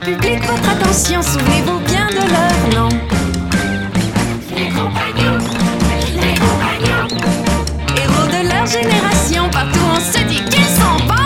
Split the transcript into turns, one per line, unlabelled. public, votre attention, souvenez-vous bien de leur nom.
les compagnons, les compagnons,
Héros de leur génération, partout on se dit qu'ils sont bons.